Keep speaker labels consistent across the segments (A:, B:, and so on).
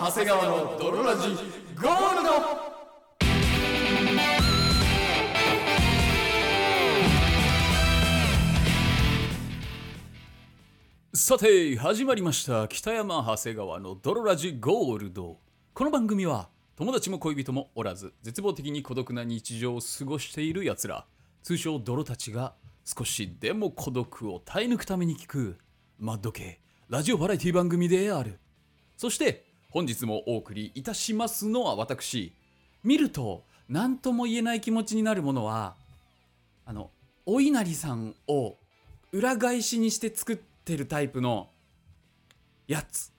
A: 長谷川の泥ラジゴールド
B: さて始まりました北山長谷川の泥ラジゴールドこの番組は友達も恋人もおらず絶望的に孤独な日常を過ごしているやつら通称泥たちが少しでも孤独を耐え抜くために聞くマッド系ラジオバラエティ番組であるそして本日もお送りいたしますのは私見ると何とも言えない気持ちになるものはあのお稲荷さんを裏返しにして作ってるタイプのやつ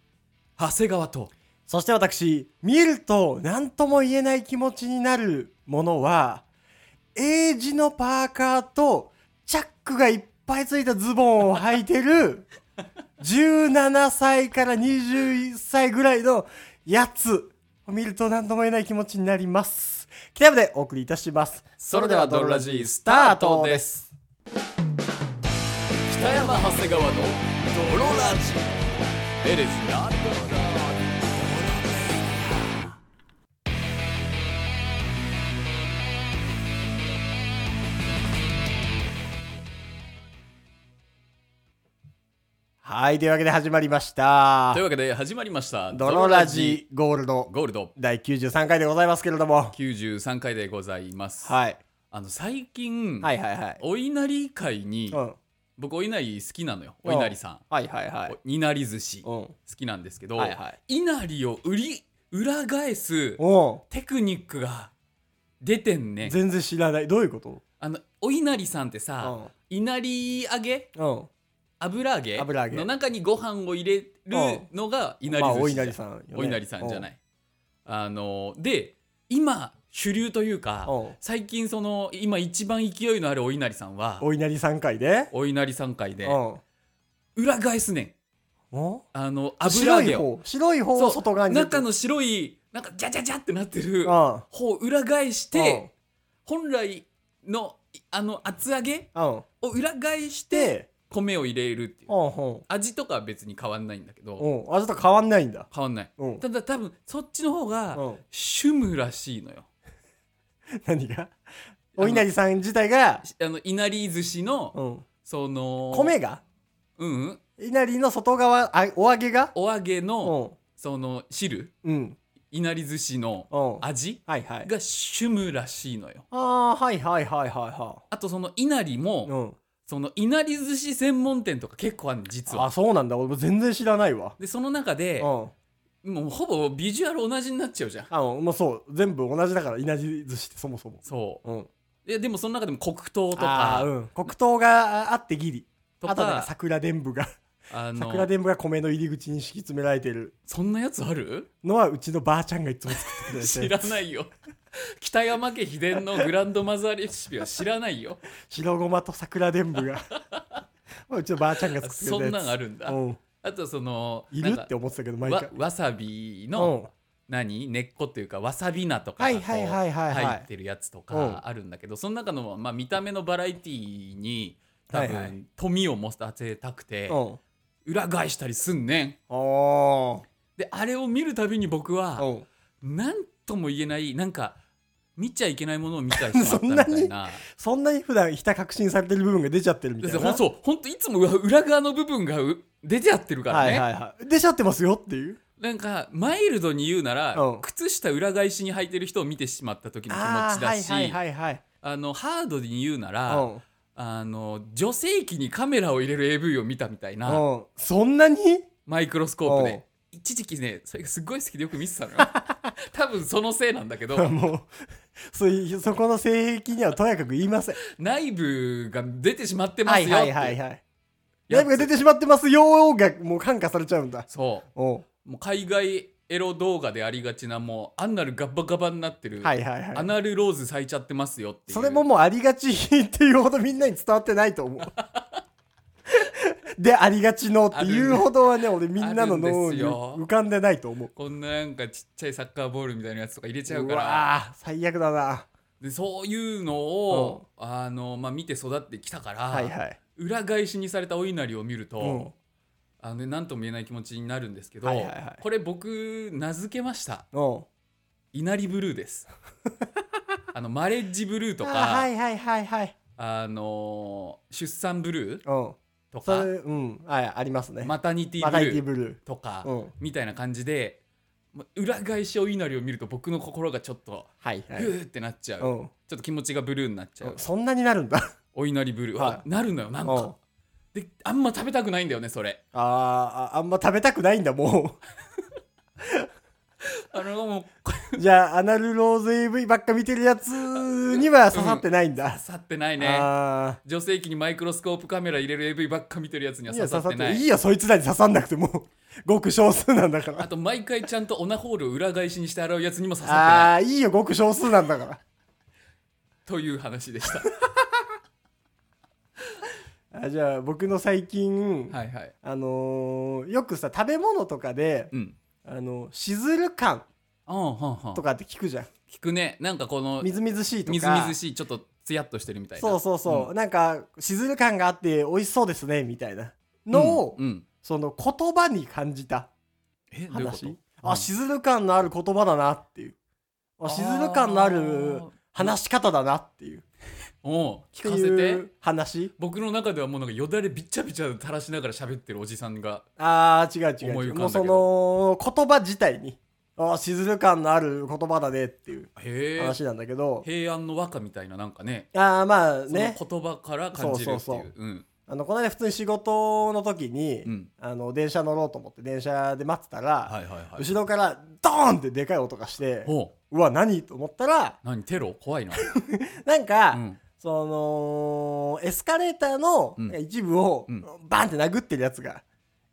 B: 長谷川と
C: そして私、見えると何とも言えない気持ちになるものは、英字のパーカーとチャックがいっぱいついたズボンを履いてる、17歳から21歳ぐらいのやつを見ると何とも言えない気持ちになります。北山でお送りいたします。
B: それではドロラジースタートです北山長谷川のドロラジー It is not
C: はい、というわけで始まりました
B: という。わけで始まりました
C: ドロラジゴールド
B: ゴールド
C: 第93回でございますけれども。
B: 93回でございます、
C: はい。
B: あの最近、
C: はいはいはい。
B: お稲荷会に、
C: うん。
B: 僕お稲荷好きなのよ
C: う
B: お
C: ん
B: 稲荷さん
C: はいはいはい
B: お。稲荷寿司好
C: ん。
B: きなんですけど、
C: はいはい
B: 稲荷を売り裏返す
C: お
B: テクニックが出てんね
C: 全然知らないどういうこと
B: あのお稲荷さんってさ、稲荷揚げ
C: うん
B: 油揚げ
C: 油揚げ
B: の中にご飯を入れるのが稲荷寿司じゃん、
C: まあお稲荷さんよね
B: お稲荷さんじゃないいあので今主流というか
C: うん
B: 最近その今一番勢いのあるお稲荷さんは
C: お稲荷さん会で
B: お稲荷さん会
C: う
B: で
C: ん
B: 裏返すねん
C: お
B: あの油揚
C: 白い
B: げを
C: 方白い方
B: そ
C: を
B: う
C: 外側に
B: 中の白いなんかジャジャジャってなってる
C: うん
B: 方を裏返して本来のいあの厚揚げ
C: うんうん
B: を裏返して
C: で
B: 米を入れるっていう
C: うんうん
B: 味とかは別に変わんないんだけ
C: う
B: ど
C: んあちょっと変わんないんだ
B: 変わんない
C: うん
B: ただ多分そっちの方が
C: うん
B: 趣味らしいのよ
C: 何がお稲荷さん自体が
B: しあのいなり寿司の
C: うん
B: その
C: 米が
B: うんうん
C: 稲荷の外側あお揚げが
B: お揚げ
C: う
B: の
C: ん
B: その汁
C: うん
B: いなり寿司の
C: うんはい
B: 味
C: はい
B: が趣味らしいのよ
C: ああーはいはいはいはいは
B: あとそのいなりも
C: いうん
B: そのいなり寿司専門店とか結構あるの実
C: あ
B: は
C: そうなんだ俺も全然知らないわ
B: でその中で
C: うん
B: もうほぼビジュアル同じになっちゃうじゃん
C: あのもうそう全部同じだから稲荷寿司ってそもそも
B: そ
C: うん
B: ういやでもその中でも黒糖と
C: あー
B: か
C: うん、黒糖がああってギリ
B: と
C: あとなんか
B: か
C: 桜伝部が
B: あ
C: 桜
B: の
C: 伝部が米の入り口に敷き詰められてる
B: そんなやつある
C: のはうちのばあちゃんがいつも作ってくれ て
B: 知らない よ北山家秘伝のグランドマザーレシピは知らないよ
C: 白ごまと桜伝部 がまあうちのばあちゃんが作ってく
B: そ
C: れ
B: んな
C: たやつ
B: んあるんだ、
C: うん、
B: あとその
C: い
B: なん
C: る
B: か
C: って思ってたけど毎
B: わ
C: 回
B: わさび
C: う
B: の、
C: ん
B: 何根っこというかわさび菜とか
C: は
B: がこ
C: い
B: う
C: はいはいはいはい
B: 入ってるやつとかあるんだけど、その中の、まあ、見た目のバラエティーに多分、
C: はいはい
B: 富を持たせたくて、
C: うん
B: 裏返したりすんねん
C: お
B: であれを見るたびに僕は、
C: ー
B: なんとも言えないなんか見ちゃいけないものを見たりしまった
C: そ
B: み
C: んな
B: た
C: に
B: いな
C: そんなに普段ひた確信されてる部分が出ちゃってるみたい
B: ほ
C: なん
B: そう本当いつもうわ裏側の部分がう出てやってるから
C: は
B: ね、
C: いはいはい出ちゃってますよっていう
B: なんかマイルドに言うなら、
C: うん
B: 靴下裏返しに履いてる人を見てしまった時の気持
C: あ
B: ち
C: ーは
B: だ
C: い
B: し、
C: はいはいはい
B: あのハードに言うなら、
C: うん
B: あの女性器にカメラを入れる AV を見たみたいな、
C: うんそんなに
B: マイクロスコープで。一時期ねそれがすごい好きでよく見て たのよ多分そのせいなんだけど
C: もうそういうそこの性癖にはとやかく言いません
B: 内部が出てしまってますよっていう
C: はい。
B: やつ
C: ライブが出てしまってますよーがもう感化されちゃうんだ。
B: そ
C: おう
B: うもう海外エロ動画でありがちなもうアンナルガバガバになってる、
C: はいはい
B: ア
C: はい。
B: ナルローズ咲いちゃってますよっていう
C: それももうありがちっていうほどみんなに伝わってないと思う。 で、ありがちのっていうほどはね、俺みんなの脳に浮かんでないと思う。
B: こんななんかちっちゃいサッカーボールみたいなやつとか入れちゃう
C: う
B: から
C: わー最悪だな。
B: でそういうのを、あのまあ、見て育ってきたから、
C: はいはい。
B: 裏返しにされたお稲荷を見ると、
C: うん
B: あのね何とも言えない気持ちになるんですけど、
C: はいはいはい
B: これ僕名付けました
C: おう
B: 稲荷ブルーです あのマレッジブルーと
C: あ
B: かあ、
C: はいはいはいはい
B: のー出産ブルー
C: うん
B: と
C: そ
B: か
C: れうんはいありますね
B: マタニティ
C: マ
B: ブ
C: タ
B: ル
C: イティ
B: ー
C: ブル
B: とか、
C: ーうん
B: みたいな感じでま裏返しお稲荷を見ると僕の心がちょっと
C: はい
B: ふ
C: はい、
B: ーってなっちゃう、
C: うん
B: ちょっと気持ちがブルーになっちゃう、
C: そんなになるんだ
B: お稲荷ブルー、
C: はい
B: あなるのよなんか、
C: うん
B: であんま食べたくないんだよねそれ
C: あーああんま食べたくないんだも
B: あのもうこ
C: うじゃあアナルローズ AV ばっか見てるやつには刺さってないんだ
B: 刺、さってないね
C: あ
B: 女性器にマイクロスコープカメラ入れる AV ばっか見てるやつに
C: ー
B: はい
C: や
B: 刺さ
C: 刺
B: っ
C: さって
B: な
C: て
B: い
C: いいよそいつらに刺さんなく てもごく少数なんだから
B: あと毎回ちゃんとオナホールを裏返しにして洗うやつにも刺さってない
C: ああーいいよごく少数なんだから
B: という話でした
C: あじゃあ僕の最近、
B: はいはい
C: あのーよくさ食べ物とかで、
B: うん
C: あのしずる感
B: ああはんはん
C: とかって聞くじゃん
B: 聞くねなんかこの
C: みずみずしいとか
B: みずみずしいちょっとツヤっとしてるみたいな
C: そうそうそう、なんかしずる感があって美味しそうですねみたいなのを、
B: うんうん
C: その言葉に感じた
B: えどういうこ
C: 話
B: とう
C: あ
B: ん
C: しずる感のある言葉だなっていうあしずる感のある話し方だなっていう
B: おう聞か
C: っ
B: せて
C: ていう話
B: 僕の中ではもうなんかよだれびっちゃびちゃ垂らしながら喋ってるおじさんが
C: あー違う違う
B: 思い
C: 違う
B: 浮
C: も
B: か
C: うん
B: だ
C: そ
B: けど
C: の言葉自体にあーしずる感のある言葉だねっていう
B: へえ
C: 話なんだけど、
B: 平安の和歌みたいななんかね
C: ああまあね
B: その言葉から感じるっていう
C: そうそう
B: うん
C: あのこの間普通に仕事の時に、
B: うん
C: あの電車乗ろうと思って電車で待ってたら、
B: はいはいはい
C: 後ろからドーンってでかい音がして
B: おう
C: うわ何と思ったら
B: 何テロ怖い な
C: なんか、
B: うん
C: そのエスカレーターの
B: うん
C: 一部を、
B: うん
C: バンって殴ってるやつが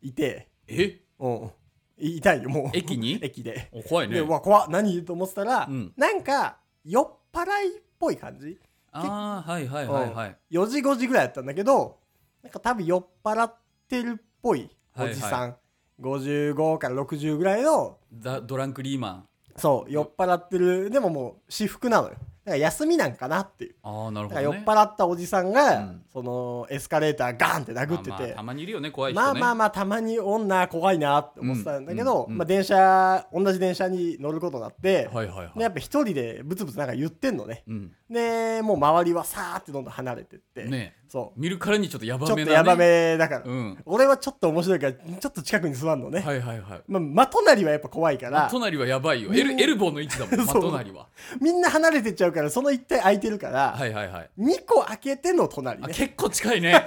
C: いて、
B: え
C: うん、い痛いよもう
B: 駅に
C: 駅で。
B: お怖いね
C: でうわ怖っ何と思ってたら、
B: うん
C: なんか酔っ払いっぽい感じ
B: ああはいはいはいはい
C: 4時5時ぐらいだったんだけどなんか多分酔っ払ってるっぽいおじさん、
B: は
C: 55から60ぐらいの
B: だドランクリーマン
C: そう酔っ払ってるでももう私服なのよだから休みなんかなっていう
B: ああなる
C: だ
B: ほ
C: から
B: どね
C: 酔っ払ったおじさんが、
B: うん
C: そのエスカレーターガーンって殴ってて、
B: まあまあたまにいるよね怖い人ね
C: まあまあまあたまに女怖いなって思ってたんだけど、
B: うんうん
C: まあ、電車同じ電車に乗ることになって、
B: はいはいはい
C: でやっぱ一人でブツブツなんか言ってんのね
B: うん
C: でもう周りはさーってどんどん離れてって、
B: ね
C: そ
B: 見るからにちょっとヤ
C: う
B: バ
C: ちょっ
B: め
C: と
B: な
C: ヤバ
B: ね
C: めだから、
B: うん
C: 俺はちょっと面白いからちょっと近くに座るのね、
B: はいはいはい
C: まあ、真隣はやっぱ怖いから
B: 隣はやばいよ
C: み
B: エ
C: んな
B: ルエルボーの位置だもん真
C: そう
B: 隣は
C: みんな離れてっちゃうからその一体空いてるから、
B: はいはいはい
C: 2個開けての隣
B: あ
C: ね
B: 結構近いね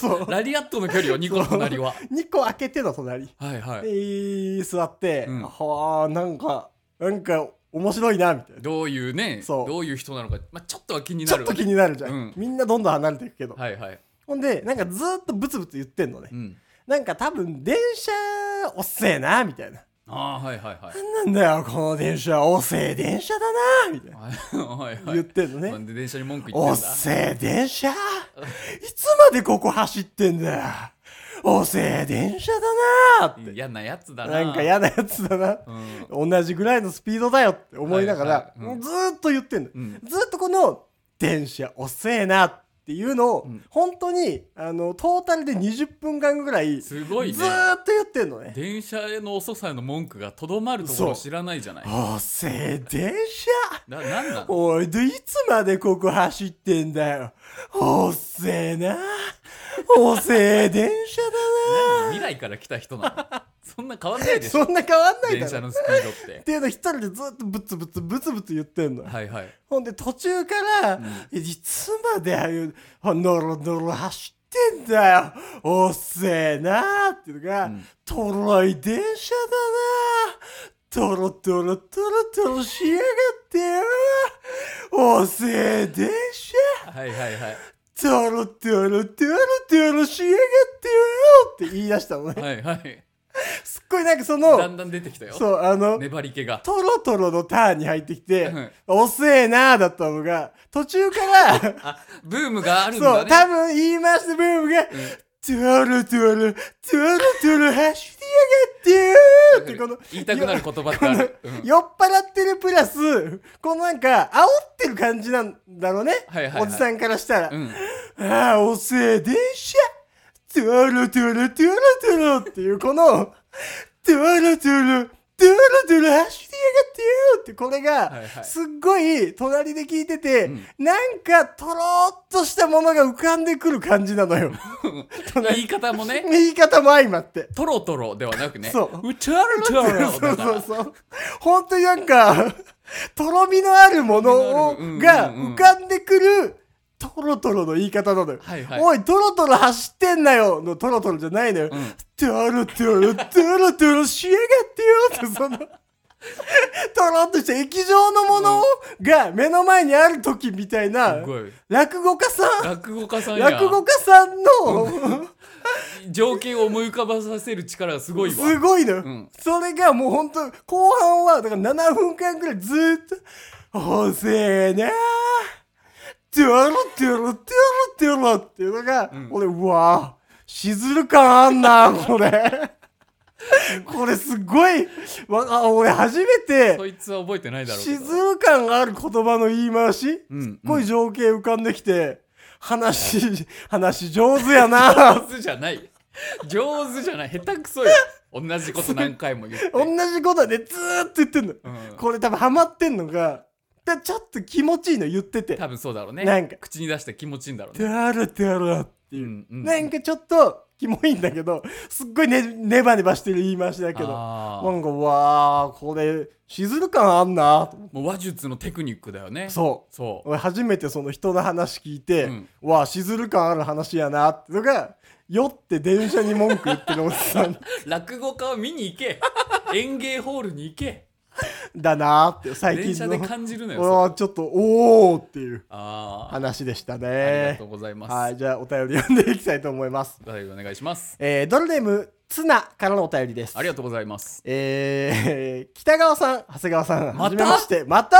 C: そう
B: ラリアットの距離は2個の隣は
C: 2個開けての隣
B: はいはい
C: で座って、
B: うん
C: はあなんかなんか面白いなみたいな
B: どういうね
C: そう
B: どういう人なのかまあちょっとは気に
C: ち
B: な
C: ょっ
B: る
C: と
B: わ
C: 気になるじゃん、
B: うん
C: みんなどんどん離れていくけど、
B: はいはい
C: ほんでなんかずーっとブツブツ言ってんのね、
B: うん
C: なんか多分電車おっせえなみたいな
B: ああーはいはいはい
C: なんだよこの電車おっせえ電車だなみたいな、
B: はいはいはい
C: 言ってんのね、
B: なんで電車に文句言って
C: おっ
B: んだ
C: せえ電車いつまでここ走ってんだよおっせえ電車だなって
B: 嫌なやつだな
C: なんか嫌なやつだな、
B: うん
C: 同じぐらいのスピードだよって思いながら、
B: はいはいうん
C: ずーっと言ってんの、
B: うん
C: ずーっとこの「電車遅えな」っていうのを、
B: ん
C: 本当にあのトータルで20分間ぐらい
B: す
C: ず
B: ごいね
C: ーっと言ってんのね
B: 電車への遅さへの文句がとどまるとこ
C: そ
B: ろ
C: う
B: 知らないじゃない
C: 「遅え電車
B: ななんなの
C: おいでいつまでここ走ってんだよ遅えな遅え電車だな
B: 何未来から来た人な のそんな変わん ない」でしょ
C: そんな変わんない
B: 電
C: だ
B: 車
C: ろっ
B: のスピードって
C: ていうの一人でずっとブツブツブツブツ言ってんのよ
B: はいはい
C: ほんで途中から、いつまでああいう、ノロノロ走ってんだよ。おっせえなっていうのが、
B: ん
C: とろい電車だなとろとろとろとろしやがってよ。おっせえ電車
B: はいはいはい
C: とろとろとろとろしやがってよって言い出した のね。
B: はいはい
C: すっごいなんかそ
B: だ
C: の、
B: んだん出てきたよ
C: そう、あの、
B: 粘り気が
C: トロトロのターンに入ってきて
B: うん、
C: 遅えなーだったのが、途中から、
B: あブームがあるん
C: そ
B: だ
C: う、多
B: ね
C: 分言い回しのブームが、トゥルトゥル、トゥルトゥル、走りやがってーってこの、
B: 言いたくなる言葉ってある
C: この
B: うん
C: 酔っ払ってるプラス、このなんか、煽ってる感じなんだろうね。
B: はいはいはい
C: おじさんからしたら。
B: うん
C: ああ、遅え電車。トゥアルトゥルトゥルトゥルっていうこの、トゥアルトゥル、トゥルトゥル走りやがってよってこれ
B: は
C: が
B: いは、い
C: すっごい隣で聞いてて、
B: うん
C: なんかとろーっとしたものが浮かんでくる感じなのよ。隣
B: 言い方もね、
C: 言い方も相まって。
B: トロトロではなくね、
C: そう
B: うちゃるちゃる
C: そ
B: だか
C: うそう
B: ら。
C: そう。本当になんか、とろみのあるものを
B: うんうんうんうん
C: が浮かんでくる、トロトロの言い方なのよ。
B: はいはい
C: おい、トロトロ走ってんなよのトロトロじゃないのよ。
B: うん
C: トゥルトゥル、トゥルトゥルしやがってよって、そ の、トロっとした液状のものをが目の前にある時みたいな
B: す、ごい。
C: 落語家さん、
B: 落語家さんや
C: 落語家さんの、
B: 情景を思い浮かばさせる力がすごいわ。
C: すごいのよ、
B: ん
C: それがもう本当後半はだから7分間ぐらいずーっと「遅えなー」てろてろてろてろっていうのが、俺うわーしずる感あんな これこれすごいわあ俺初めて
B: そいつは覚えてないだろうけ
C: し
B: ど。
C: ずる感がある言葉の言い回し、
B: うんうん
C: すっごい情景浮かんできて話話上手やな
B: 上手じゃない。上手じゃない。下手くそよ。同じこと何回も言って。
C: 同じことでずーっと言ってんの、
B: うん
C: これ多分ハマってんのがでちょっと気持ちいいの言ってて
B: 多分そうだろうね。
C: なんか
B: 口に出して気持ちいいんだろ
C: 「
B: うね。
C: てあるてある」っていう、
B: うんうん
C: なんかちょっとキモいんだけどすっごいねネバネバしてる言い回しだけどな
B: あー
C: んかわーこれしずる感あんなと思っ
B: もう話術のテクニックだよね。
C: てそう
B: う。そう。
C: 俺初めてその人の話聞いて、
B: うん
C: わあしずる感ある話やなってのが酔って電車に文句言ってるおじさん
B: 落語家を見に行け演芸ホールに行け
C: だなーって最
B: 電
C: 近
B: 車
C: の
B: で感じるのよ
C: 俺
B: それ
C: はちょっとおおっていう
B: あ
C: 話でした
B: あありが
C: ね
B: とうございます、
C: はい、じゃあお便り読んでいきたいと思います。
B: はい、お願いします
C: えー、ドルネーム、ツナからのお便りです。
B: ありが
C: う。
B: とうございます
C: えー、北川さん、長谷川さん、
B: また
C: はじめまして。また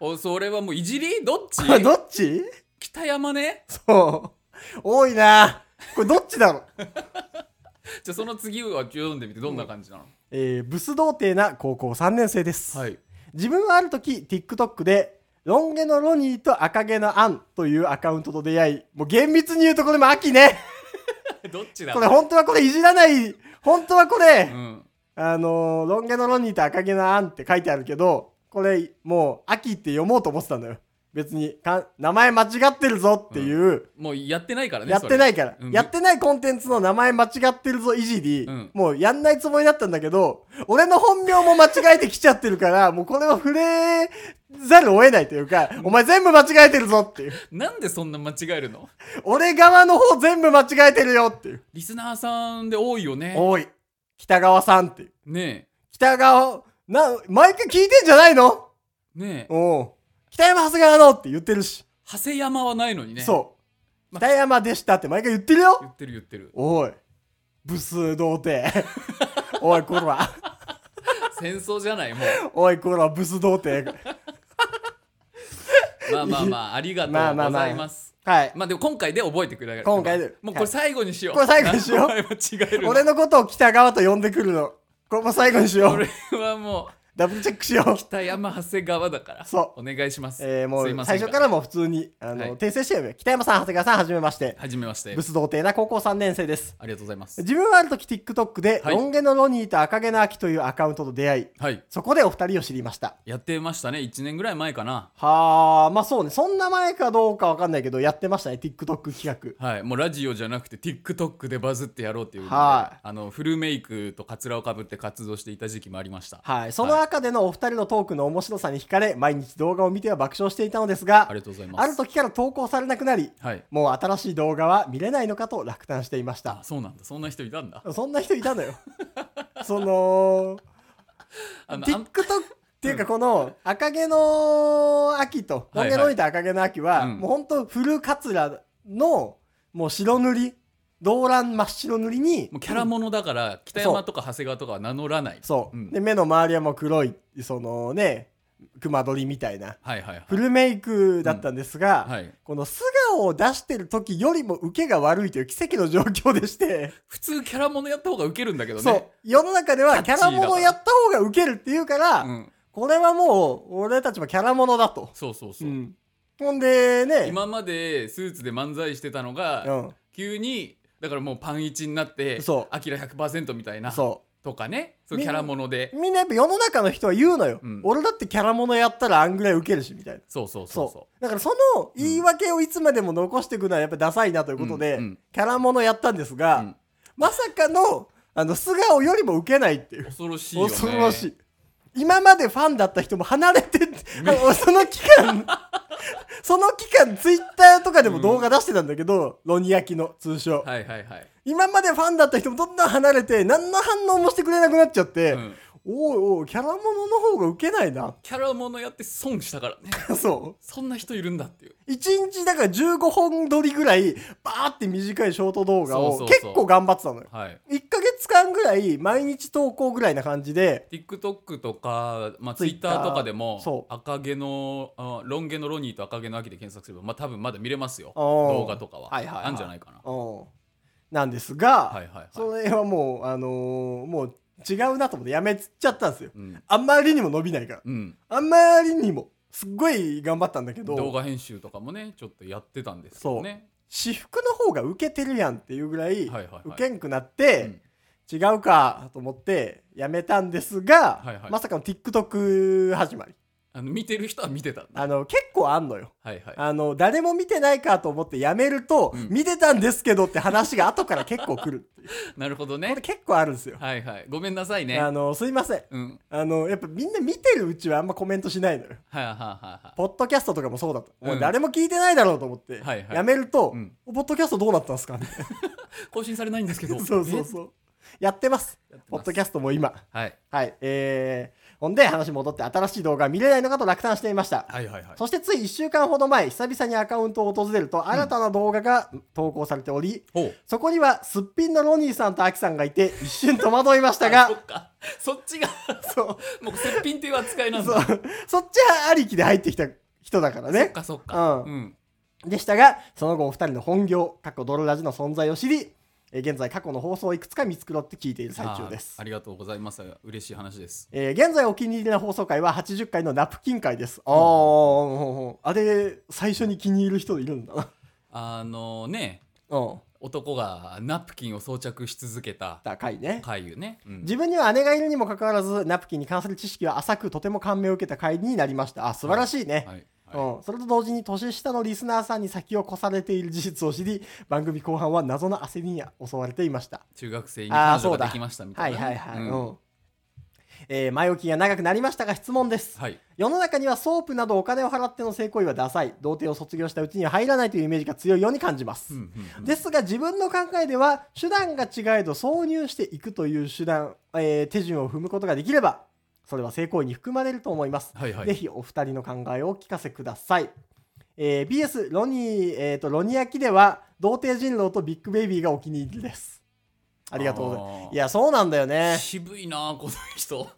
B: おそれはもういじりどっち
C: これ どっち
B: 北山ね
C: そう。多いなこれどっちだろう
B: じゃあその次は読んでみてどんな感じなの、
C: えー、ブス童貞な高校3年生です。
B: はい
C: 自分はある時、TikTok で、ロン毛のロニーと赤毛のアンというアカウントと出会い、もう厳密に言うとこれも秋ね。
B: どっちだ
C: これ本当はこれいじらない。本当はこれ、
B: うん
C: あのー、ロン毛のロニーと赤毛のアンって書いてあるけど、これもう秋って読もうと思ってたんだよ。別にか名前間違ってるぞっていう、
B: もうやってないからね
C: やってないいから、
B: うん
C: やってないコンテンツの名前間違ってるぞいじり、
B: うん
C: もうやんないつもりだったんだけど、俺の本名も間違えてきちゃってるから、もうこれは触れざるを得ないというか、お前全部間違えてるぞっていう。
B: なんでそんな間違えるの
C: 俺側の方全部間違えてるよっていう。
B: リスナーさんで多いよね
C: おい、北川さんっていう。
B: ね
C: 北川、な、毎回聞いてんじゃないの
B: えねえ
C: おう北山長谷川のって言ってるし、
B: 長谷山はないのにね
C: そう
B: ま
C: 北山でしたって毎回言ってるよ
B: 言ってる言ってる
C: おいブス童貞 おいこら
B: 戦争じゃないもう
C: おいこらブス童貞
B: まあまあまあありがとうございます、
C: はい
B: まあでも今回で覚えてくれる
C: 今回で
B: もうこれ最後にしよう、
C: はいこれ最後にしよう
B: 何個前間違 える
C: 俺のことを北川と呼んでくるのこれも最後にしよう
B: 俺はもう
C: ダブルチェックしよう
B: 北山長谷川だから
C: そ う
B: お願いします、
C: えー、も
B: すいま
C: う
B: せん
C: 最
B: が
C: 初からもう普通にあの、
B: はい
C: 訂正してよ北山さん長谷川さんはじめまして
B: はじめまして
C: ブス童貞な高校3年生です
B: ありがとうございます
C: 自分はある時 TikTok で、
B: はい
C: ロン毛のロニーと赤毛の秋というアカウントと出会い
B: はい
C: そこでお二人を知りました
B: やってましたね1年ぐらい前かな
C: はあ、まあそうね。そんな前かどうかわかんないけど、やってましたね。TikTok 企画。
B: はいもうラジオじゃなくて TikTok でバズってやろうっていうので
C: はい
B: あのフルメイクとカツラをかぶって活動していた時期もありました
C: はい。その中でのお二人のトークの面白さに惹かれ、毎日動画を見ては爆笑していたのですが、
B: ありがとうございます
C: ある時から投稿されなくなり、
B: はい
C: もう新しい動画は見れないのかと落胆していまし
B: あ
C: た。
B: そうなんだそんな人いたんだ
C: そんな人いたの よ。その、
B: あのあ
C: TikTok
B: ん
C: っていうかこの赤毛の秋と、ロ
B: はいはい
C: ン毛ロイと赤毛の秋は、
B: うん
C: もうほんとフルカツラの、もう白塗り、動乱真っ白塗りに、
B: もうキャラものだから北山とか長谷川とかは名乗らない
C: そう、
B: ん
C: で目の周りはもう黒いそのね熊取りみたいな
B: はいはいはい
C: フルメイクだったんですが、
B: うんはい
C: この素顔を出してる時よりも受けが悪いという奇跡の状況でして、
B: 普通キャラものやった方がウケるんだけどね
C: そう世の中ではキ
B: キャ
C: ャ
B: ッチー
C: ラ
B: だから
C: ものやった方が受けるっていうから、
B: うん、
C: これはもう俺たちもキャラものだと、
B: そうそうそうう、
C: んほんでね
B: 今までスーツで漫才してたのが、
C: うん
B: 急にだからもうパンイチになって
C: そう
B: アキラ100%みたいな
C: そ
B: とかねそう
C: み
B: キャラもので
C: う。みんなやっぱ世の中の人は言うのよ。
B: うん
C: 俺だってキャラものやったらあんぐらい受けるし、みたいな。
B: そうそうそ
C: そうう
B: そ
C: だからその言い訳をいつまでも残していくのはやっぱダサいなということで、
B: うんうん
C: キャラものやったんですが、
B: うん
C: まさかのあの素顔よりも受けないっていう
B: う恐ろしいよね
C: 恐ろしい今までファンだった人も離れてってあの その期 間その期間ツイッターとかでも動画出してたんだけど、ロニヤキの通称、
B: はいはいはい、
C: 今までファンだった人もどんどん離れて何の反応もしてくれなくなっちゃって、
B: うん、
C: おいおいキャラものの方が受けないな
B: キャラものやって損したからね
C: そう
B: そんな人いるんだっていう
C: 一日だから15本撮りぐらいバーって短いショート動画
B: そ
C: を
B: うそう
C: 結
B: そう
C: 構頑張ってたのよ
B: はい
C: 1ヶ月間ぐらい毎日投稿ぐらいな感じで
B: TikTok とか、まあ、
C: Twitter
B: Twitter とかでも
C: そ
B: 赤毛のあロン毛のロニーと赤毛の秋で検索すれば、まあ、多分まだ見れますよ
C: おー
B: 動画とかは,、
C: はいはいはい
B: あんじゃないかな
C: うんなんですが、
B: はいはいはい
C: それはもうあのーもう違うなと思ってやめちゃったんですよ
B: うん、
C: あんまりにも伸びないから
B: うん、
C: あんまりにもすっごい頑張ったんだけど
B: 動画編集とかもねちょっとやってたんですけどね
C: 私服の方がウケてるやんっていうぐらい
B: はいはいはい
C: ウケんくなって、違うかと思ってやめたんですが、
B: はいはい
C: まさかの TikTok 始まり
B: あの見てる人は見てたんだ
C: あの結構あんのよ
B: はいはい
C: あの誰も見てないかと思ってやめると、
B: うん
C: 見てたんですけどって話が後から結構来る っていう
B: なるほど
C: こ
B: ね
C: れ結構あるんですよ、
B: はいはいごめんなさいね
C: あのすいません
B: うん
C: あのやっぱみんな見てるうちはあんまコメントしないのよ
B: はいはいはいは
C: ポッドキャストとかもそうだと、
B: うん
C: もう誰も聞いてないだろうと思って、
B: はいはい
C: やめると、
B: うん
C: ポッドキャストどうなったんですかみたい
B: い更新されないんですけど
C: な そうそうそうやってます
B: えやって
C: ポ
B: ま
C: ッ
B: す
C: ドキャストも今
B: はい
C: はいえー、ほんで話戻って新しい動画見れないのかと落胆していました
B: はいはいはい
C: そしてつい1週間ほど前、久々にアカウントを訪れると、新たな動画が投稿されており、
B: ほう
C: そこにはすっぴんのロニーさんとアキさんがいて、一瞬戸惑いました
B: あそ
C: が、
B: っかそっちが
C: そう、
B: もうすっぴんっていう扱いなん
C: そ
B: だ
C: う、そっちはありきで入ってきた人だから
B: そっ
C: ね。
B: かそっか
C: うん
B: うん
C: でしたが、その後お二人の本業、過去ドロラジの存在を知り、えー現在過去の放送をいくつか見繕って聞いている最中です
B: あーあ。りがとうございます嬉しい話です
C: えー現在お気に入りな放送回は80回のナプキン回です。あー、うん、あれ、最初に気に入る人いるんだな。
B: あのね
C: うん、
B: 男がナプキンを装着し続けた
C: だ回ね。
B: 回よね、うん
C: 自分には姉がいるにもかかわらずナプキンに関する知識は浅くとても感銘を受けた回になりましたあ素晴らしいね、
B: はいは
C: うん、それと同時に年下のリスナーさんに先を越されている事実を知り番組後半は謎の焦りに襲われていました
B: い、中学生に
C: あ
B: 彼
C: ーそ
B: 女
C: うだ
B: ができましたみた
C: はいい
B: な
C: は
B: ね、
C: いはい、
B: う
C: うんんえー前置きが長くなりましたが質問です、
B: はい
C: 世の中にはソープなどお金を払っての性行為はダサい童貞を卒業したうちには入らないというイメージが強いように感じます、
B: うんうんうん
C: ですが自分の考えでは手段が違えど挿入していくという手段、えー手順を踏むことができればそれは性行為に含まれると思います、
B: はいはい
C: ぜひお二人の考えをお聞かせください、えー BS ロニー、えーとロニヤキでは童貞人狼とビッグベイビーがお気に入りですありがとうござい
B: あ
C: ます
B: ー
C: いやそうなんだよね
B: 渋いなあこの人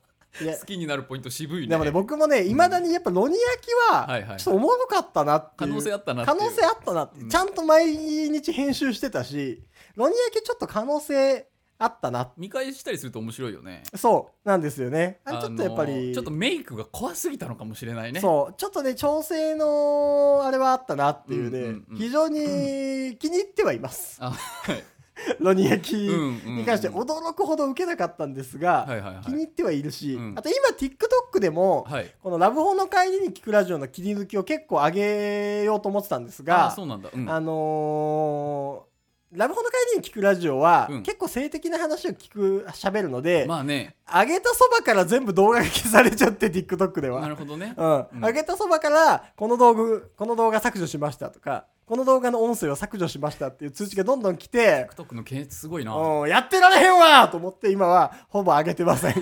C: いや
B: 好きになるポイント渋いね
C: でもね僕もねいまだにやっぱロニヤキ
B: はいは
C: はいちょっとおもろかったなって
B: 可
C: いう
B: 能性あったなって
C: 可
B: いう
C: 能性あったなって、
B: うん
C: ちゃんと毎日編集してたしロニアキちょっと可能性あったな
B: 見返したりすると面白いよね
C: そうなんですよねあれちょっとやっぱり、
B: あのちょっとメイクが怖すぎたのかもしれないね
C: そうちょっとね調整のあれはあったなっていうね、
B: うんうんうん
C: 非常に気に入ってはいます、
B: あはい
C: ロニアキ
B: うんうんうん
C: に関して驚くほど受けなかったんですが、
B: はいはいはい
C: 気に入ってはいるし、
B: うん
C: あと今 TikTok でも、
B: はい
C: このラブホの帰りに聞くラジオの切り抜きを結構上げようと思ってたんです
B: あ
C: が
B: ーそうなんだうん
C: あのーラブホの帰りに聞くラジオは、
B: うん
C: 結構性的な話を聞く、喋るので、
B: まあね
C: 上げたそばから全部動画が消されちゃって、TikTok で
B: な
C: は。
B: るほどね
C: うん。
B: うん
C: 上げたそばから、この道具、この動画削除しましたとか、この動画の音声を削除しましたっていう通知がどんどん来て、
B: TikTok の検閲すごいな
C: うん、やってられへんわと思って今は、ほぼ上げて ません。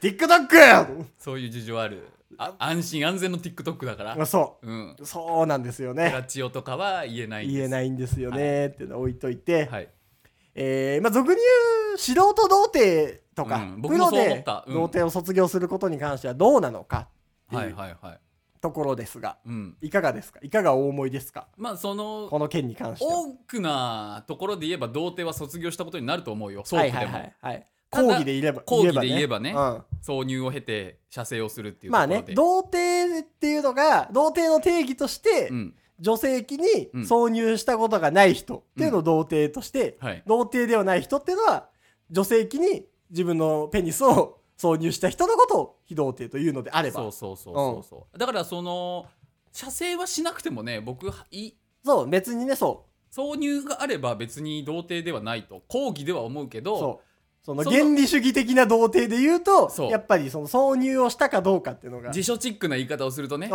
C: TikTok!
B: そういう事情あるあ安心安全の TikTok だから
C: まあそ
B: うん
C: う。そうなんですよね。
B: ラチオとかは言えない
C: 言えないいんですよねっていうのを置いといて、
B: はい
C: えーまあ、俗に言う素人童貞とか、
B: うん僕
C: プ
B: も
C: ロ
B: そう思っ
C: で
B: たうん
C: 童貞を卒業することに関してはどうなのかって
B: はいいうはいはい
C: ところですが、
B: うん
C: いかがですかいかがお思いですか
B: まあその
C: この件に関しては。
B: 多くなところで言えば童貞は卒業したことになると思うよそう
C: は
B: で
C: い
B: も、
C: はいはい、はい。
B: ただ
C: 講義で言えば、
B: 講義で言えばね
C: うん
B: 挿入を経て射精をするっていうと
C: ま
B: こ
C: あ
B: ろで
C: ね、童貞っていうのが、童貞の定義として、
B: うん
C: 女性器に
B: うん
C: 挿入したことがない人っていうのを童貞として、
B: はい。
C: 童貞ではない人っていうのは、女性器に自分のペニスを挿入した人のことを非童貞というのであれば。
B: そうそうそうそうそう、だからその射精はしなくてもね僕はい
C: そう、別にね、そ
B: 挿入があれば別に童貞ではないと抗議では思うけ
C: う。
B: ど
C: そう。その
B: その
C: 原理主義的な童貞で言うと
B: そう
C: やっぱりその挿入をしたかどうかっていうのが。
B: 辞書チックな言い方をするとね、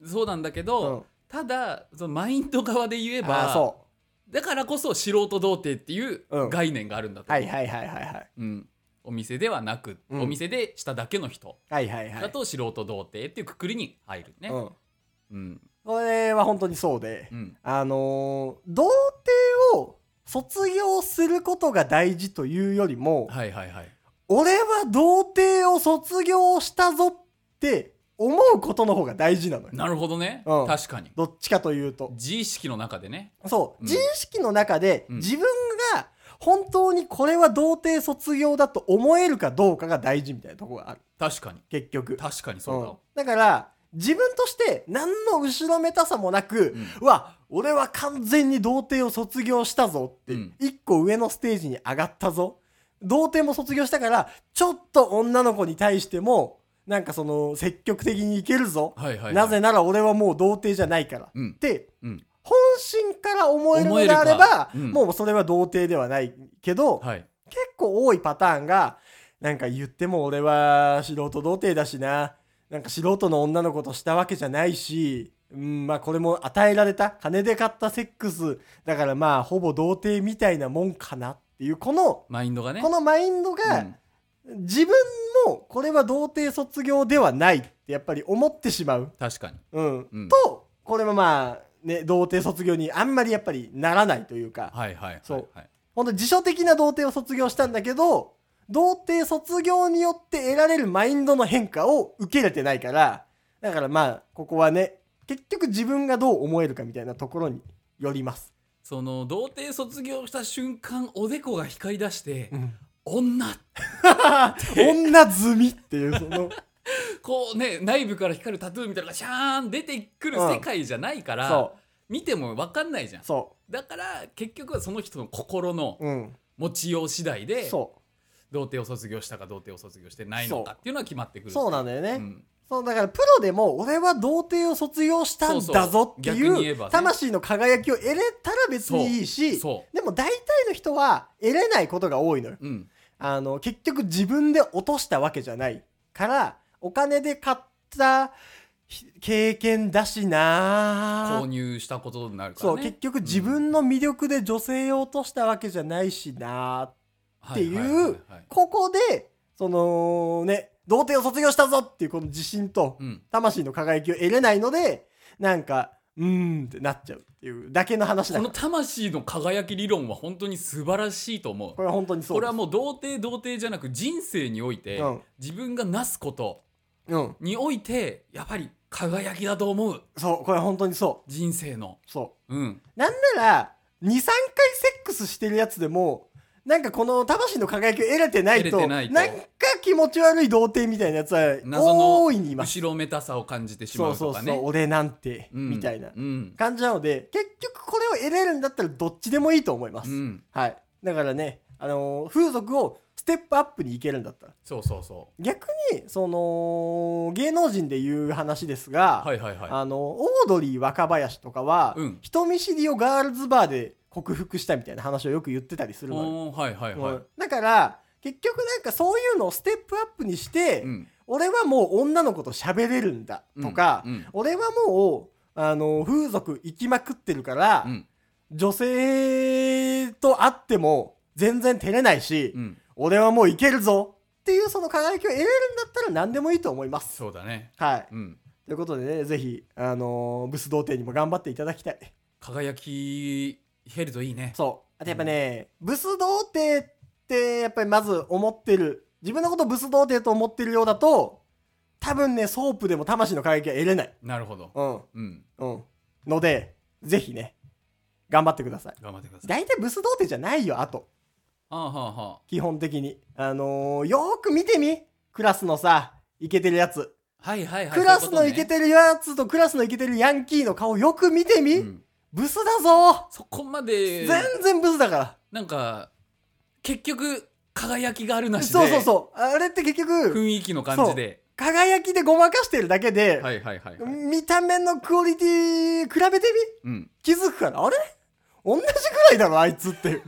C: うん。
B: そうなんだけ
C: う
B: ど、
C: ん。
B: ただそのマインド側で言え
C: ああ、
B: ば
C: そ
B: だからこそ素人童貞っていう
C: うん
B: 概念があるんだ
C: う。
B: と、
C: はいはいはいはいはい。
B: うん、お店ではなく、
C: うん
B: お店でしただけの人
C: はいはいはい。
B: だと素人童貞っていうくくりに入るね、
C: うん。
B: うん
C: これは本当にそうで、
B: うん
C: あのー童貞を卒業することが大事というよりも、
B: はいはいはい
C: 俺は童貞を卒業したぞって思うことの方が大事なのよ。
B: なるほどね、
C: うん
B: 確かに
C: どっちかというと。
B: 自意識の中でね
C: そう、
B: うん
C: 自意識の中で
B: うん
C: 自分が本当にこれは童貞卒業だと思えるかどうかが大事みたいなところがある。
B: 確かに
C: 結局。
B: 確かにそうだわ、
C: んだから自分として何の後ろめたさもなく、うわ俺は完全に童貞を卒業したぞって、
B: うん
C: 一個上のステージに上がったぞ童貞も卒業したからちょっと女の子に対してもなんかその積極的にいけるぞ、
B: はいはいはい、
C: なぜなら俺はもう童貞じゃないから、
B: うん
C: って
B: うん
C: 本心から思えるの
B: 思え
C: で
B: るか
C: あれば、
B: うん
C: もうそれは童貞ではないけど、
B: はい
C: 結構多いパターンが、なんか言っても俺は素人童貞だしな、なんか素人の女の子としたわけじゃないし、うん、まあこれも与えられた、金で買ったセックス、だからまあほぼ童貞みたいなもんかなっていう、この、
B: マインドがね
C: このマインド
B: う
C: が
B: ん、
C: 自分もこれは童貞卒業ではないってやっぱり思ってしまう。
B: 確かに
C: うん。
B: うん
C: と、これもまあ、ね、童貞卒業にあんまりやっぱりならないというか、
B: はいはいはい、はい、
C: そう本当辞書的な童貞を卒業したんだけど、童貞卒業によって得られるマインドの変化を受け入れてないから、だからまあ、ここはね、結局自分がどう思えるかみたいなところによります。
B: その童貞卒業した瞬間おでこが光り出して、
C: ん、
B: 女
C: 女済みっていう、そ の、
B: こうね内部から光るタトゥーみたいなのがシャーン出てくる
C: うん
B: 世界じゃないから、
C: そ
B: 見ても分かんないじゃん
C: う、そ
B: だから結局はその人の心の
C: う、うん、
B: 持ちよう次第で、
C: そ
B: 童貞を卒業したか童貞を卒業してないのかっていうのは決まってく
C: う、
B: る
C: そうな
B: の
C: んだよね。
B: ん、
C: そう、だからプロでも、俺は童貞を卒業したんだぞって
B: そうそう逆に言
C: い
B: え
C: う
B: ばね、
C: 魂の輝きを得れたら別にいいし、
B: そ
C: でも大体の人は得れないことが多いのよ。
B: う、うん、
C: あの、結局自分で落としたわけじゃないから、お金で買ったひ経験だしな
B: 購
C: ぁ
B: 入したことになるから
C: そう、
B: ね
C: 結局自分の魅力で女性を落としたわけじゃないしなぁ
B: っ
C: っていう
B: はい
C: ここで、そのね、童貞を卒業したぞっていうこの自信と
B: うん、
C: 魂の輝きを得れないので、なんか、うーんってなっちゃうっていうだけの話だ
B: こ
C: か
B: の
C: ら。
B: 魂の輝き理論は本当に素晴らしいと思う
C: これは本当にそう
B: これ
C: です
B: はもう童貞童貞じゃなく人生において、
C: うん
B: 自分がなすこと
C: うん。
B: においてやっぱり輝きだと思う
C: そう、これは本当にそ
B: 人生の
C: う。そう。
B: うん
C: なんなら、2、3回セックスしてるやつでも、なんかこの魂の輝きを得れてない
B: 得
C: と、
B: れて
C: な
B: ない
C: ん
B: と
C: か気持ち悪い童貞みたいなやつは、
B: 謎の
C: 大いにいます。
B: 後ろめたさを感じてしま
C: そう
B: う
C: そ
B: と
C: うそ
B: か
C: う、
B: ね
C: 俺なんて、
B: うん
C: みたいな
B: うん
C: 感じなので、結局これを得れるんだったらどっちでもいいと思います。
B: うん
C: はい。だからね、あのー風俗をステップアップに行けるんだったら。
B: そうそうそ
C: 逆に、その、芸能人でいう話ですが、
B: うはいはいは
C: あの、オードリー若林とかは、
B: うん
C: 人見知りをガールズバーで克服したみたいな話をよく言ってたりす
B: い
C: るのよ。
B: おーはいはいはい
C: うんだから、結局なんかそういうのをステップアップにして、
B: うん
C: 俺はもう女の子と喋れるんだとか、
B: うんうん
C: 俺はもう、あの、風俗行きまくってるから、
B: うん
C: 女性と会っても全然照れないし、
B: うん
C: 俺はもういけるぞっていうその輝きを得れるんだったら何でもいいと思います。
B: そうだね
C: はい。
B: うん
C: ということでね、ぜひ、あのーブス童貞にも頑張っていただきたい。
B: 輝き減るといいね
C: そう。あとやっぱね、ブス童貞って、やっぱりまず思ってる、自分のことブス童貞と思ってるようだと、多分ね、ソープでも魂の輝きは得れない。
B: なるほど
C: うん、
B: うん
C: うん。ので、ぜひね、頑張ってください。
B: 頑張ってください
C: 大体ブス童貞じゃないよ、あと。
B: ああはあは
C: 基本的に。あのーよーく見てみクラスのさ、イケてるやつ。
B: はいはいはい
C: クラスのイケ
B: け
C: てるやつとクラスのイケてるヤンキーの顔よく見てみ、
B: うん、
C: ブスだぞ、
B: そこまで
C: 全然ブスだから。
B: なんか結局輝きがあるなしで
C: そうそうそう。あれって結局、
B: 雰囲気の感じで
C: 輝きでごまかしてるだけで、
B: はいはいはいはい、
C: 見た目のクオリティ比べてみ
B: うん、
C: 気づくから、あれ同じくらいだろ、あいつっ ていう。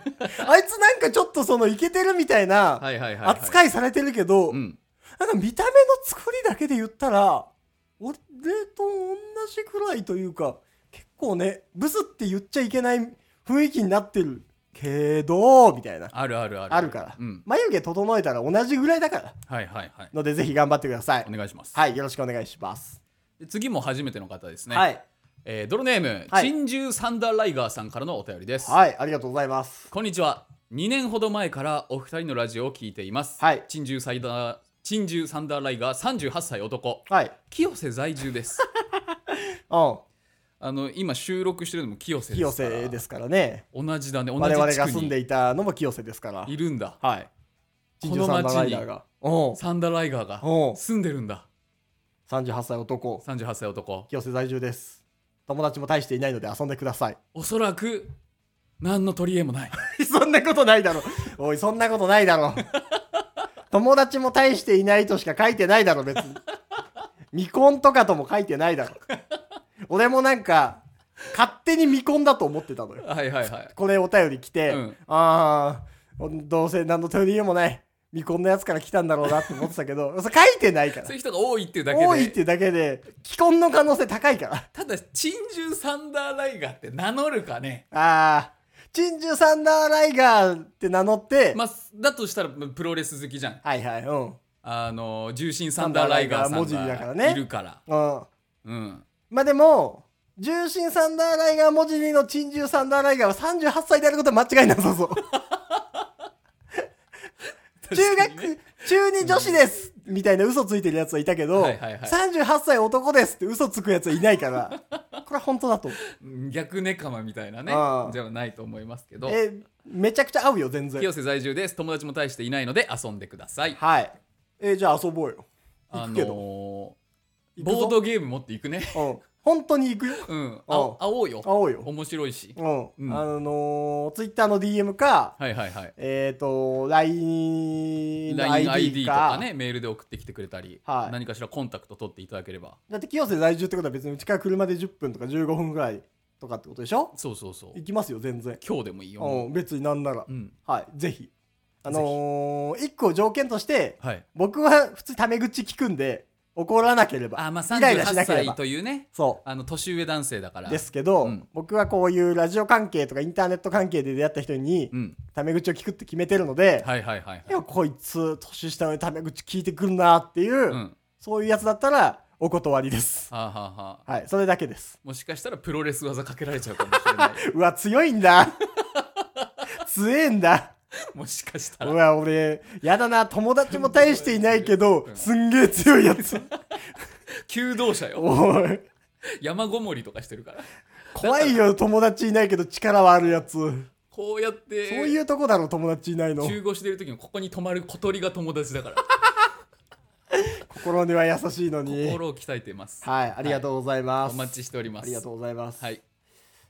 C: あいつなんかちょっとそのイケてるみたいな
B: はいはいはい、はい、
C: 扱いされてるけど、
B: うん、
C: なんか見た目の作りだけで言ったら、俺と同じくらいというか、結構ね、ブスって言っちゃいけない雰囲気になってるけど、みたいな。
B: あるあるある
C: あるから
B: うん、
C: 眉毛整えたら同じぐらいだから。
B: はいはいはい
C: ので、ぜひ頑張ってください
B: お。願いします、
C: はい、よろしくお願いします。
B: で次も初めての方ですね、
C: はい。
B: えードロネーム、
C: はい
B: 珍獣サンダーライガーさんからのお便りです、
C: はい、ありがとうございます。
B: こんにちは2年ほど前からお二人のラジオを聞いています、
C: はい
B: 珍獣サイダー珍獣サンダーライガー38歳男
C: はい。
B: 清瀬在住です
C: うん。
B: あの今収録してるのも清瀬で
C: 清
B: すから
C: 瀬ですからね。
B: 同じだね同
C: 我々
B: じ
C: が
B: 地
C: 住
B: 区
C: んで
B: に
C: いたのも清瀬ですから。
B: いるんだ
C: はい。
B: この町
C: ライ
B: に
C: ダーが。うん。
B: サンダーライガー
C: おう
B: が住んでるんだ
C: 38歳男。
B: 38歳男
C: 清瀬在住です。友達も大していないので遊んでください。
B: おそらく何の取り柄も ない
C: そんなことないだろ。おい、そんなことないだろ。友達も大していないとしか書いてないだろ、別に。未婚とかとも書いてないだろ。俺もなんか、勝手に未婚だと思ってたのよ。
B: はいはいはい
C: これお便り来て、
B: うん
C: ああ、どうせ何の取り柄もない。未婚のやつから来たんだろうなって思ってたけど、それ書いてないか
B: そう
C: ら
B: い。う人が多いっていうだけで
C: 多いってだけで、既婚の可能性高いから。
B: ただ珍獣サンダーライガーって名乗るかね
C: ああ、珍獣サンダーライガーって名乗って、
B: まあだとしたらプロレス好きじゃん
C: はいはい、うん。
B: あの重心サンダーライガーさ
C: サンダーライガー文字だか
B: んが
C: らね
B: いるから、
C: うん。
B: うん、
C: まあでも、重心サンダーライガー文字にの珍獣サンダーライガーは38歳であることは間違いな さそう。中
B: 確かにね
C: 学、中に女子ですみたいな嘘ついてるやつはいたけど、
B: はいはいはい
C: 38歳男ですって嘘つくやつはいない から、これは本当だと思 う。
B: 逆ネカマみたいなね
C: ああ
B: じゃないと思いますけど
C: え、めちゃくちゃ合うよ、全然
B: 清。瀬在住です友達も大していないので遊んでください
C: はい。えじゃあ遊ぼうよ。
B: あの
C: 行くけ
B: ー
C: ど。行くぞ
B: ボードゲーム持っていくね
C: うん。本当に行くよ。
B: うん
C: あ
B: あ会おうよ
C: 会おうよ。
B: 面白いし
C: う、
B: うんん
C: あのー、ツイッターの DM か、
B: はいはいはい
C: えっ、ー、と、LINE の ID
B: LINEID と
C: か
B: かねメールで送ってきてくれたり、
C: はい
B: 何かしらコンタクト取っていただければ
C: だって清瀬在住ってことは別にうちから車で10分とか15分ぐらいとかってことでしょ
B: そうそうそう
C: 行きますよ、全然。
B: 今日でもいいよ
C: うん、別になんなら
B: う。ん
C: はい、ぜひ。あのー、一個条件として、
B: はい
C: 僕は普通タメ口聞くんで、怒らなければ。
B: あまあ
C: イライラし
B: 38
C: なけれ
B: 歳
C: ば。
B: というね
C: そ
B: あの年上男性だから
C: う。ですけど、
B: うん
C: 僕はこういうラジオ関係とかインターネット関係で出会った人に
B: う、ん
C: タメ口を聞くって決めてるので、
B: はいはいはいはい
C: いやこいつ年下のタメ口聞いてくんなっていう、
B: うん
C: そういうやつだったらお断りです
B: はあ、はあはあ、
C: はいそれだけです
B: もしかしたらプロレス技かけられちゃうかもしれ ない
C: うわ強いんだ強えんだ
B: もしかした
C: う
B: ら
C: わ俺やだな友達も大していないけどすんげえ強いやつ
B: 弓道者よ
C: おい
B: 山ごもりとかしてるから
C: 怖いよ友達いないけど力はあるやつそう
B: こうやって
C: いうとこだろ友達いないの
B: 中腰でいる時のここに泊まる小鳥が友達だから
C: 心には優しいのに
B: 心を鍛えています
C: はいありがとうございま
B: お
C: す、
B: 待ちしております
C: ありがとうございます
B: はい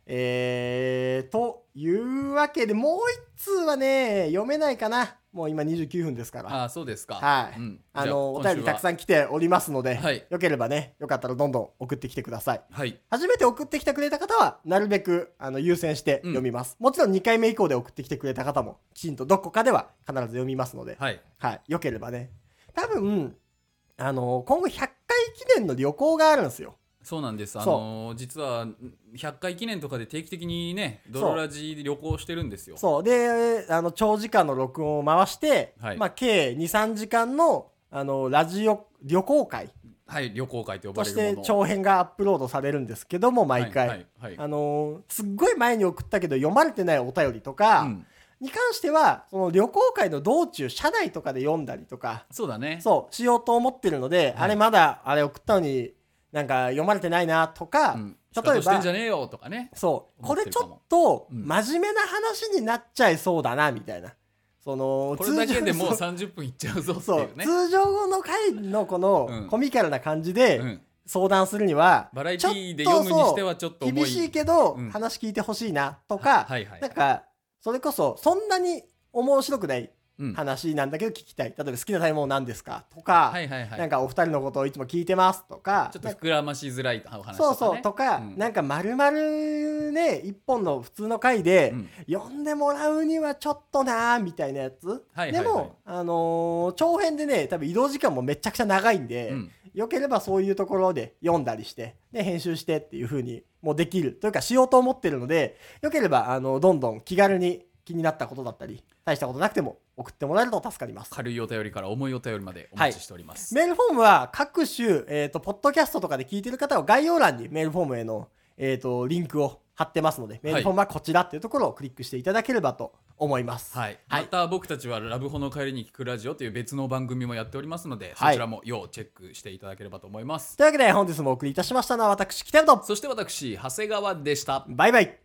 C: えー、というわけで、もう一通はね、読めないかな。もう今29分ですから。
B: ああそうですか
C: はい。
B: うん、
C: あの、お便りた
B: ん
C: くさん来ておりますので、
B: はい
C: よければね、よかったらどんどん送ってきてください。
B: はい
C: 初めて送ってきてくれた方は、なるべくあの優先して読みます、もちろん2回目以降で送ってきてくれた方も、きちんとどこかでは必ず読みますので、
B: はい
C: はい。よければね。多分、あの、今後100回記念の旅行があるんですよ。
B: そうなんですあ
C: そう
B: のー実は100回記念とかで定期的にねドロラジで旅行してるんですよ
C: そう。で、あの、長時間の録音を回して、
B: はい
C: まあ、計2、3時間の、あの、ラジオ、旅行会
B: はい旅行会と呼ば
C: と
B: れ
C: し
B: るも
C: て
B: の
C: 長編がアップロードされるんですけども、毎回。
B: はいはいはい
C: あのーすっごい前に送ったけど読まれてないお便りとか
B: うん、
C: に関しては、その旅行会の道中、車内とかで読んだりとか、
B: そうだね
C: そう、しようと思ってるの
B: は
C: で、
B: い
C: あれまだ、あれ送ったのに、なんか読まれてないなとか、
B: ん、
C: 例
B: 仕方
C: え
B: して
C: ば
B: んじ、ゃねえよとかね
C: そう、
B: 思
C: こ
B: って
C: れ
B: る
C: ち
B: かも
C: ょっと
B: うん
C: 真面目な話になっちゃいそうだな、みたいな。その
B: これだけでもう
C: 通常
B: 30分いっちゃうぞって
C: そ
B: いううね
C: 通常語の回のこ
B: う
C: の
B: ん
C: コミカルな感じで
B: うん
C: 相談するには、
B: バラエティーで読むにしてはちょっと重
C: 厳
B: い
C: しいけど
B: うん
C: 話聞いてほしいなと
B: は
C: か、
B: はいはい
C: なんかそれこそそんなに面白くない
B: うん
C: 話なんだけど聞きたい例えば好きな食べ物なんですかとか、
B: はいはいはい
C: なんかお二人のことをいつも聞いてますとか
B: ちょっと膨らましづらいお話とか、ね、
C: そうそうとか、
B: うん
C: なんかまるまるね一本の普通の回で、
B: うん
C: 読んでもらうにはちょっとなーみたいなやつ、
B: はいはいはい
C: でも、あのー長編でね多分移動時間もめちゃくちゃ長いんで、
B: うん
C: よければそういうところで読んだりしてで編集してっていう風にもうできるというかしようと思ってるのでよければあのどんどん気軽に気になったことだったり大したことなくても送ってもらえると助かります。
B: 軽いお便りから重いお便りまでお待ちしております、
C: メールフォームは各種、えっ、と、ポッドキャストとかで聞いてる方は概要欄にメールフォームへの、えっ、と、リンクを貼ってますので、メールフォームはこちらっていうところをクリックしていただければと思います。
B: はい、
C: はい
B: また僕たちは「ラブホの帰りに聞くラジオ」という別の番組もやっておりますので、
C: はい
B: そちらも要チェックしていただければと思います
C: というわけで本日もお送りいたしましたのは私、北野と、
B: そして私長谷川でした
C: バイバイ